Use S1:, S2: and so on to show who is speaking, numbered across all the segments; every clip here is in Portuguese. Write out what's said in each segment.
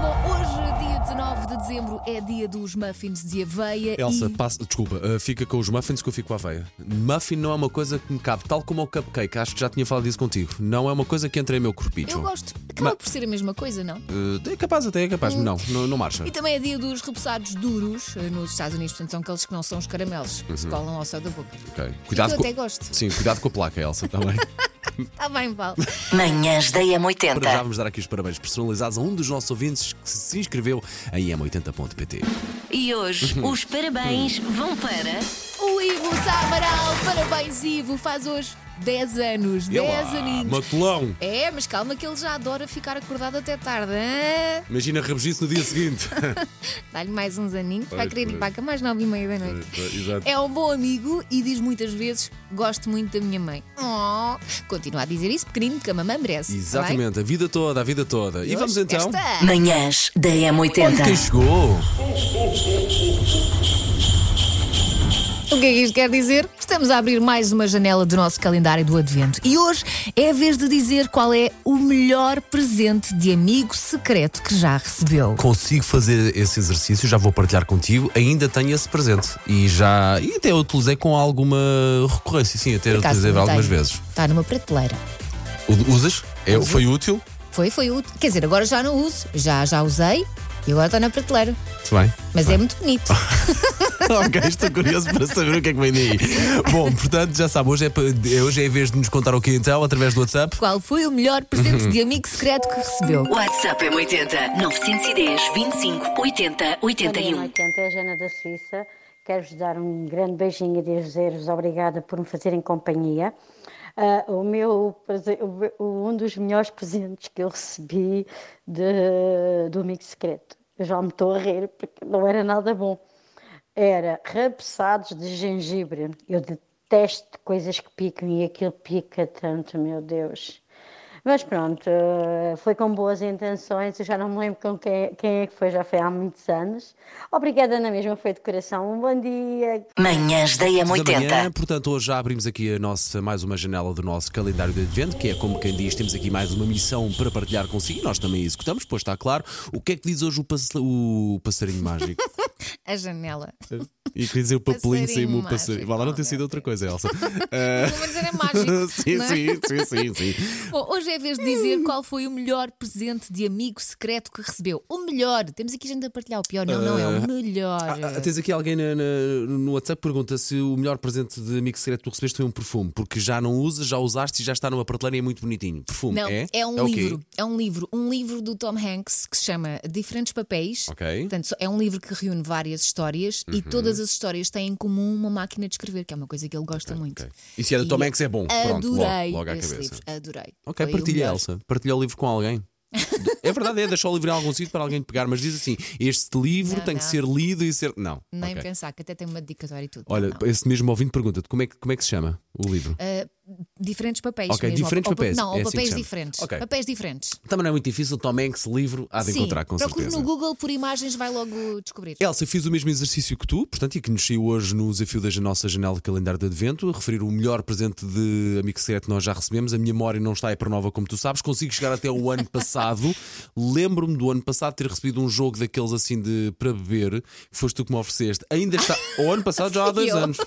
S1: Bom, hoje, dia 19 de dezembro, é dia dos muffins de aveia.
S2: Elsa,
S1: e...
S2: passa, desculpa, uh, fica com os muffins que eu fico com a veia. Muffin não é uma coisa que me cabe, tal como o cupcake, acho que já tinha falado disso contigo. Não é uma coisa que entra em meu corpicho.
S1: Eu gosto. Acaba
S2: Ma-
S1: por ser a mesma coisa, não?
S2: Uh, é capaz até, é capaz, mas não, não, não marcha.
S1: Hum. E também é dia dos repousados duros eh, nos Estados Unidos, portanto são aqueles que não são os caramelos, que se
S2: Uhum.
S1: colam ao céu da boca.
S2: Ok. Cuidado
S1: eu
S2: com...
S1: até gosto.
S2: Sim, cuidado com a placa, Elsa, está bem?
S1: Está Tá bem, Paulo.
S3: Manhãs da
S2: Para já
S3: M80.
S2: vamos dar aqui os parabéns personalizados a um dos nossos ouvintes que se inscreveu em m80.pt.
S3: E hoje
S2: Uhum.
S3: os parabéns vão para.
S1: O Ivo Sá Amaral, parabéns, Ivo, faz hoje 10 anos. 10 aninhos.
S2: Matelão!
S1: É, mas calma que ele já adora ficar acordado até tarde. hã?
S2: Imagina rebegice no dia seguinte.
S1: Tá Dá-lhe mais uns aninhos, vai
S2: Pois,
S1: querer ir
S2: pois.
S1: para a cama às 9 e meia da noite.
S2: Exato.
S1: É um bom amigo e diz muitas vezes: Gosto muito da minha mãe. Oh, continua a dizer isso, pequenino, que a mamãe merece. está bem?
S2: Exatamente, a vida toda, a vida toda.
S1: Hoje,
S2: E, vamos então.
S1: esta-
S3: Manhãs da
S2: Olha quem
S3: M80.
S2: chegou!
S1: O que é que isto quer dizer? Estamos a abrir mais uma janela do nosso calendário do Advento. E hoje é a vez de dizer qual é o melhor presente de amigo secreto que já recebeu.
S2: consigo fazer esse exercício, já vou partilhar contigo, ainda tenho esse presente. E já. E até eu utilizei com alguma recorrência, sim, até eu
S1: Por acaso,
S2: utilizei
S1: não
S2: algumas
S1: tenho.
S2: vezes.
S1: Está numa prateleira.
S2: U- Usas? É, foi útil?
S1: Foi, foi útil. Quer dizer, agora já não uso. Já, já usei e agora está na prateleira.
S2: Muito bem.
S1: Mas é muito bonito.
S2: ok, estou curioso para saber o que é que vem daí. Bom, portanto, já sabe, hoje é, pa- é- hoje é a vez de nos contar o que então, através do WhatsApp.
S1: Qual foi o melhor presente de amigo secreto que recebeu?
S3: WhatsApp M80 910 25 80
S4: Olá,
S3: 81.
S4: 80 é a Jana da Suíça. Quero-vos dar um grande beijinho e dizer-vos obrigada por me fazerem companhia. Ah, o meu, prese- o meu- um dos melhores presentes que eu recebi de- do amigo secreto. Eu já me estou a rir porque não era nada bom. Era rapeçados de gengibre. Eu detesto coisas que picam e aquilo pica tanto, meu Deus. Mas pronto, eh, foi com boas intenções, eu já não me lembro com quem, quem é que foi, já foi há muitos anos. Obrigada na mesma, foi de coração. Um bom dia,
S3: Manhãs da
S2: da manhã.
S3: M80.
S2: Portanto, hoje já abrimos aqui a nossa, mais uma janela do nosso calendário de advento, que é como quem diz, temos aqui mais uma missão para partilhar consigo e nós também executamos, pois está claro. O que é que diz hoje o, passe- o passarinho mágico?
S1: A janela.
S2: E queria dizer o papelinho
S1: Passarinho
S2: saiu-me o
S1: mágico,
S2: passarinho. Vá lá, não tem sido outra coisa, Elsa. Ah,
S1: Pelo menos era mágico.
S2: sim,
S1: não é?
S2: sim, sim, sim, sim.
S1: Bom, hoje é a vez de dizer qual foi o melhor presente de amigo secreto que recebeu. O melhor. Temos aqui gente a partilhar o pior. Não, não, é o melhor.
S2: Ah, tens aqui alguém na- na- no WhatsApp que pergunta se o melhor presente de amigo secreto que tu recebeste foi um perfume, porque já não usas, já usaste e já está numa prateleira e é muito bonitinho. Perfume,
S1: Não,
S2: é?
S1: é, um
S2: o quê?
S1: livro. É um livro. Um livro do Tom Hanks que se chama Diferentes Papéis.
S2: Ok. Uhum.
S1: Portanto, só- é um livro que reúne várias histórias e todas as histórias têm em comum uma máquina de escrever, que é uma coisa que ele gosta muito.
S2: ok. E se é do Tom
S1: E
S2: Hanks é bom. Pronto, logo-
S1: Adorei
S2: logo à
S1: esse
S2: cabeça.
S1: livro. Adorei. Foi
S2: Ok,
S1: o
S2: partilha,
S1: melhor.
S2: Elsa. Partilha o livro com alguém. É verdade, é deixar o livro em algum sítio para alguém pegar, mas diz assim: este livro
S1: Não,
S2: tem que
S1: não.
S2: ser lido e ser. Não.
S1: Nem
S2: ok.
S1: pensar, que até tem uma dedicatória e tudo.
S2: Olha,
S1: Não.
S2: esse mesmo ouvinte pergunta-te como é, que, como é que se chama o livro?
S1: Uh, diferentes papéis.
S2: Ok,
S1: mesmo.
S2: diferentes
S1: Ou- ou pa-
S2: papéis,
S1: Não,
S2: é
S1: ou
S2: assim que
S1: papéis
S2: se chama.
S1: diferentes.
S2: Ok.
S1: Papéis diferentes.
S2: Também não é muito difícil, Tom Hanks, livro, há de
S1: Sim,
S2: encontrar com
S1: procure
S2: certeza.
S1: no Google por imagens, vai logo descobrir.
S2: Elsa, fiz o mesmo exercício que tu, portanto, e que nos saiu hoje no desafio da nossa janela de calendário de advento, a referir o melhor presente de amigo secreto que nós já recebemos. A minha memória não está aí para nova, como tu sabes. Consigo chegar até o ano passado. Lembro-me do ano passado ter recebido um jogo daqueles assim de para beber, que foste tu que me ofereceste. Ainda está. O ano passado já há
S1: Fui
S2: dois
S1: eu.
S2: anos.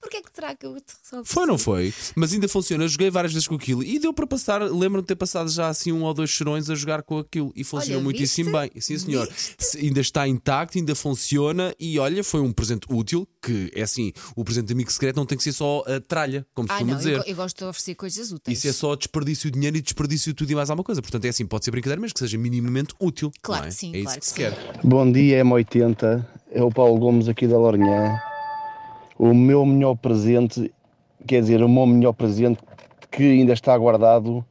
S1: Porquê que terá que eu te resolvo?
S2: Foi, não foi? Mas ainda funciona. Eu joguei várias vezes com aquilo e deu para passar. Lembro-me de ter passado já assim um ou dois chorões a jogar com aquilo e funcionou
S1: Olha,
S2: muitíssimo bem.
S1: viste?
S2: Sim, senhor. Se- Ainda está intacto, ainda funciona e olha, foi um presente útil. Que é assim: o presente de amigo secreto não tem que ser só a tralha, como
S1: Ah,
S2: costuma
S1: não, eu,
S2: dizer.
S1: go- eu gosto de oferecer coisas úteis.
S2: Isso é só desperdício de dinheiro e desperdício de tudo e mais alguma coisa. Portanto, é assim: pode ser brincadeira, mas que seja minimamente útil.
S1: Claro
S2: não é?
S1: que sim,
S2: É isso
S1: claro
S2: que se
S1: que
S2: quer.
S5: Bom dia, M80. É o Paulo Gomes aqui da Lourinhã. O meu melhor presente, quer dizer, o meu melhor presente que ainda está guardado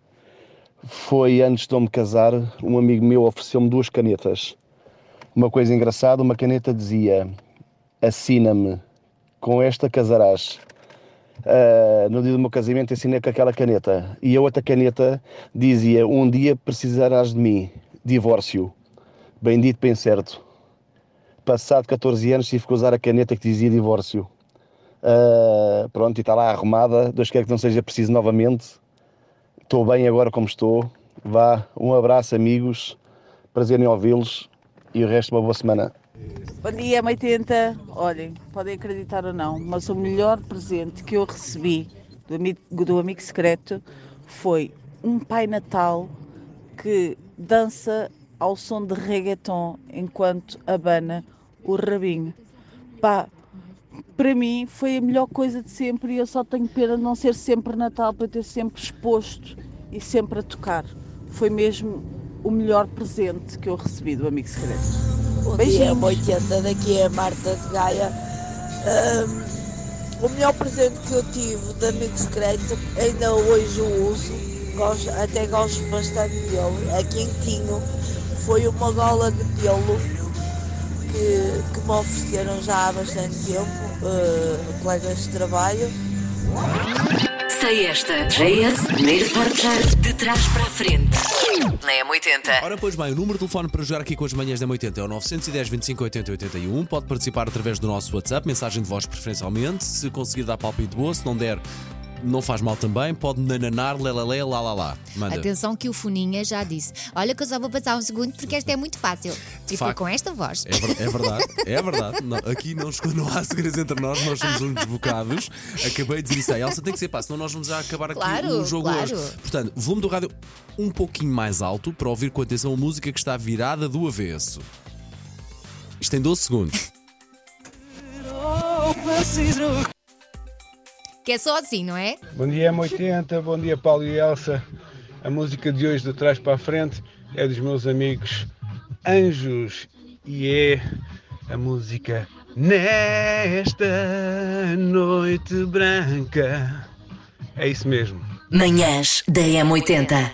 S5: foi antes de eu me casar. Um amigo meu ofereceu-me duas canetas. Uma coisa engraçada: uma caneta dizia Assina-me, com esta casarás. Ah, no dia do meu casamento, assinei com aquela caneta. E a outra caneta dizia: Um dia precisarás de mim. Divórcio. Bendito bem certo. Passado 14 anos tive que usar a caneta que dizia divórcio. Ah, pronto, e está lá arrumada. Deus quer que não seja preciso novamente. Estou bem agora como estou. Vá, um abraço, amigos. Prazer em ouvi-los. E o resto, uma boa semana.
S6: Bom dia, Maitenta. Olhem, podem acreditar ou não, mas o melhor presente que eu recebi do amigo, do amigo secreto foi um Pai Natal que dança ao som de reggaeton enquanto abana o rabinho. Pá, para mim foi a melhor coisa de sempre e eu só tenho pena de não ser sempre Natal para ter sempre exposto e sempre a tocar. Foi mesmo o melhor presente que eu recebi do amigo secreto.
S7: Bom dia,
S6: Beijinhos.
S7: 80, daqui é a Marta de Gaia. Ahm, o melhor presente que eu tive de amigo secreto, ainda hoje o uso, gosto- até gosto bastante dele, é quentinho, foi uma gola de pelo que, que me ofereceram já há bastante tempo, eh, colegas de trabalho.
S3: Sei esta. JS, primeiro forte de trás para a frente. Na M80.
S2: Ora, pois bem, o número de telefone para jogar aqui com as manhãs da 80 é o 910 25 80 81. Pode participar através do nosso WhatsApp, mensagem de voz preferencialmente. Se conseguir dar palpite boa, se não der, não faz mal também. Pode nananar, lelalé, lá lá lá. Manda.
S8: Atenção que o Funinha já disse. Olha que eu só vou passar um segundo porque esta é muito fácil.
S2: De
S8: e foi
S2: facto.
S8: com esta voz.
S2: É, ver- é verdade, é verdade. Não, aqui não, esco- não há segredos entre nós, nós somos uns desbocados. Acabei de dizer isso à Elsa, tem que ser pá, senão nós vamos já acabar aqui
S8: Claro,
S2: o jogo
S8: claro.
S2: hoje. Portanto, volume do rádio um pouquinho mais alto para ouvir com atenção a música que está virada do avesso. Isto tem 12 segundos.
S8: Que é só assim, não é?
S9: Bom dia, M80, bom dia, Paulo e Elsa. A música de hoje, de trás para a frente, é dos meus amigos Anjos e é a música Nesta Noite Branca. É isso mesmo.
S3: Manhãs da M80.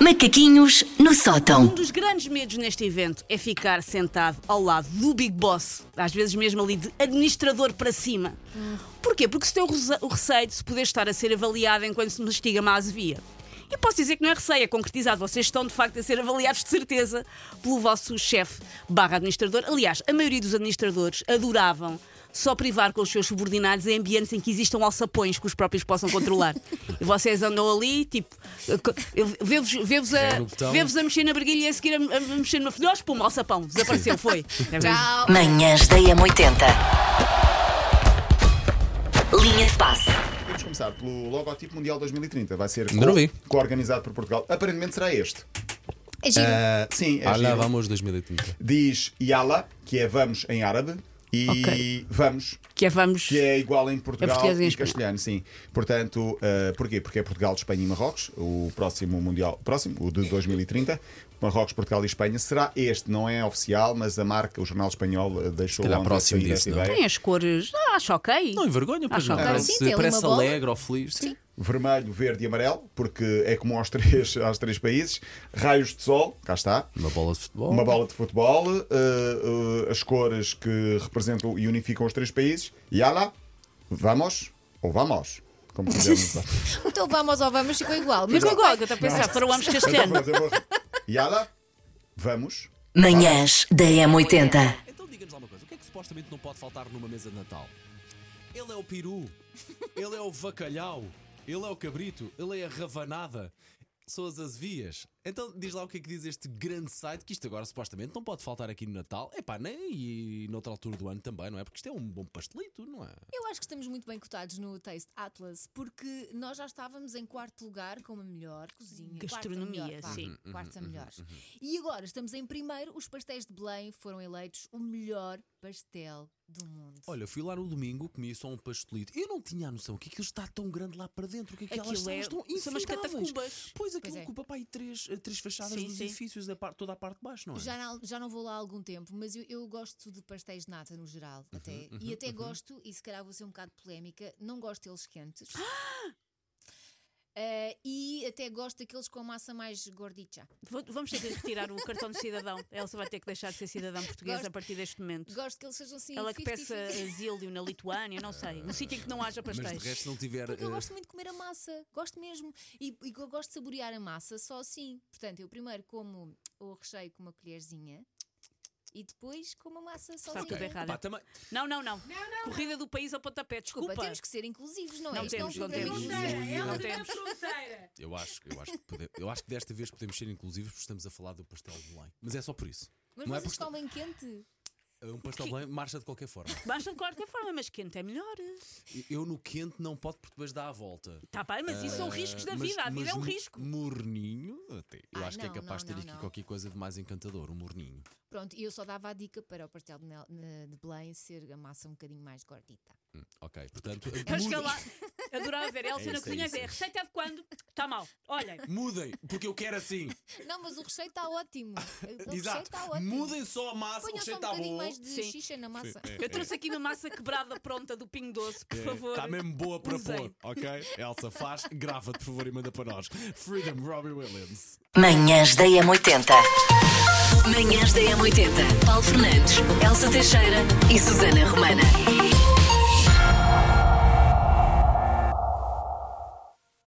S3: Macaquinhos no
S10: Um
S3: sótão.
S10: dos grandes medos neste evento é ficar sentado ao lado do Big Boss, às vezes mesmo ali de administrador para cima. Porquê? Porque se tem o rese- o receio de se poder estar a ser avaliado enquanto se investiga uma azevia. E posso dizer que não é receio, é concretizado. Vocês estão de facto a ser avaliados de certeza pelo vosso chefe barra administrador. Aliás, a maioria dos administradores adoravam só privar com os seus subordinados em ambientes em que existam alçapões que os próprios possam controlar. e vocês andam ali, tipo, eu vê-vos vê-vos
S2: Pega no
S10: a,
S2: botão.
S10: vê a mexer na barguilha e a seguir a, a mexer numa filhosa, pum, alçapão, desapareceu, foi.
S8: Tchau.
S3: Manhãs da M80. Linha de passe.
S11: Vamos começar pelo logotipo Mundial 2030. Vai ser
S2: Ainda não vi.
S11: co-organizado por Portugal. Aparentemente será este.
S8: É giro.
S11: Ah, sim, é
S2: Ah, lá
S11: giro.
S2: vamos 2030.
S11: Diz Yala, que é vamos em árabe, e
S2: Ah.
S10: Ok.
S11: vamos,
S10: Que é vamos.
S11: que é igual em Portugal
S10: português e em
S11: e
S10: espanhol.
S11: castelhano, sim. Portanto, ah, porquê? Porque é Portugal, Espanha e Marrocos, o próximo Mundial, próximo, o de 2030. Marrocos, Portugal e Espanha será este, não é oficial, mas a marca, o jornal espanhol ah, deixou
S2: calhar
S11: ontem
S2: próximo
S11: sair
S2: disso,
S11: esta
S2: não é?
S11: ideia.
S10: Tem as cores. Ah, acho ok.
S2: Não envergonha, pois
S10: Acho
S2: não.
S10: ok.
S2: Parece,
S8: Ah, Sim, tem ali uma
S2: parece
S8: bola.
S2: alegre ou feliz. Sim.
S11: vermelho, verde e amarelo, porque é comum aos três, aos três países. Raios de sol, cá está.
S2: Uma bola de futebol.
S11: Uma bola de futebol, eh, eh, as cores que representam e unificam os três países. Yala, vamos ou vamos? Como quisermos.
S8: Então vamos ou vamos, ficou igual. Mas
S10: Ficou igual, que eu estou a pensar, para o Amos
S11: Então,
S10: Castelhano.
S11: Yala, vamos.
S3: Manhãs da M80.
S2: Então diga-nos lá uma coisa: o que é que supostamente não pode faltar numa mesa de Natal? Ele é o peru, ele é o bacalhau, ele é o cabrito, ele é a ravanada, são as azevias. Então diz lá o que é que diz este grande site, que isto agora supostamente não pode faltar aqui no Natal. Epá, nem e noutra altura do ano também, não é? Porque isto é um bom pastelito, não é?
S1: Eu acho que estamos muito bem cotados no Taste Atlas, porque nós já estávamos em quarto lugar com a melhor cozinha.
S10: Gastronomia,
S1: quarta melhor,
S10: sim.
S2: Uhum,
S1: Vá, quarta melhor. E agora estamos em primeiro. Os pastéis de Belém foram eleitos o melhor pastel do mundo.
S2: Olha, fui lá no domingo, comi só um pastelito. Eu não tinha a noção o que é que está tão grande lá para dentro, o que é que elas
S10: Aquilo
S2: são,
S10: é-
S2: estão
S10: são
S2: infindáveis.
S10: umas catacumbas.
S2: Pois aquilo
S1: é.
S2: ocupa pá, aí três, eh, três fachadas
S10: Sim,
S2: dos
S10: sim.
S2: edifícios, da parte, toda a parte de baixo, não é?
S1: Já não, já não vou lá há algum tempo, mas eu, eu gosto de pastéis de nata no geral,
S2: Uhum,
S1: até. e até gosto, e se calhar vou ser um bocado polémica, não gosto deles quentes. Eh, e até gosto daqueles com a massa mais gordicha.
S10: Vou- Vamos ter que retirar o cartão de cidadão. A Elsa vai ter que deixar de ser cidadã portuguesa
S1: Gosto.
S10: a partir deste momento.
S1: Gosto que eles sejam assim.
S10: Ela que
S1: 50,
S10: peça
S1: 50.
S10: asílio na Lituânia, não sei. Um sítio em que não haja
S2: Mas de
S10: pastéis.
S2: resto, se não tiver.
S1: Porque eu
S2: eh,
S1: gosto muito de comer a massa, gosto mesmo. E, e eu gosto de saborear a massa só assim. Portanto, eu primeiro como o recheio com uma colherzinha. E depois com uma massa
S10: Está
S1: sozinha.
S10: tudo errado.
S2: Pá, também-
S10: Não, não, não. Corrida do país ao pontapé, desculpa.
S1: Desculpa, temos que ser inclusivos, não, é?
S10: Não
S1: Isto
S10: temos,
S1: é um
S10: não temos.
S1: programa
S10: Não temos.
S2: Eu acho, eu acho, que pode- eu acho que desta vez podemos ser inclusivos porque estamos a falar do pastel de Belém. Mas é só por isso.
S1: Mas
S2: não é
S1: vocês
S2: porque
S1: tomem quente?
S2: um pastel de Belém marcha de qualquer forma.
S10: Basta de qualquer forma, mas quente é melhor.
S2: Eu no quente não posso porque depois dá a volta.
S10: Tá bem, mas isso são
S2: Ah,
S10: riscos da
S2: mas-
S10: vida. A vida é
S2: mas
S10: um
S2: mo-
S10: risco.
S2: Morninho, até. Eu
S1: Ah,
S2: acho que
S1: não,
S2: é capaz de
S1: não,
S2: ter
S1: não,
S2: aqui
S1: não.
S2: qualquer coisa de mais encantador, um morninho.
S1: Pronto, e eu só dava a dica para o pastel de, Nel- de Belém ser a massa um bocadinho mais gordita.
S2: Hum, ok, portanto.
S10: Mas
S2: mudem-
S10: que lá. Adorava ver. Elsa
S2: É
S10: na
S2: isso, é
S10: cozinha a
S2: isso, é
S10: dizer,
S2: isso.
S10: receita é de quando? Está mal. Olhem.
S2: Mudem, porque eu quero assim.
S1: Não, mas o recheio está ótimo. O recheio
S2: Exato.
S1: está ótimo.
S2: Mudem só a massa, o
S1: Ponham só um
S2: recheio está
S1: bocadinho
S2: bom.
S1: mais de
S10: Sim.
S1: xixa na massa.
S2: Sim, é.
S10: Eu trouxe aqui uma massa quebrada pronta do Pingo Doce, por favor.
S2: Está É, tá mesmo boa para
S10: Usem.
S2: pôr, ok? Elsa, faz, grava-te, por favor, e manda para nós. Freedom, Robbie Williams.
S3: Manhãs da M80. Manhãs da M80. Paulo Fernandes, Elsa Teixeira e Susana Romana.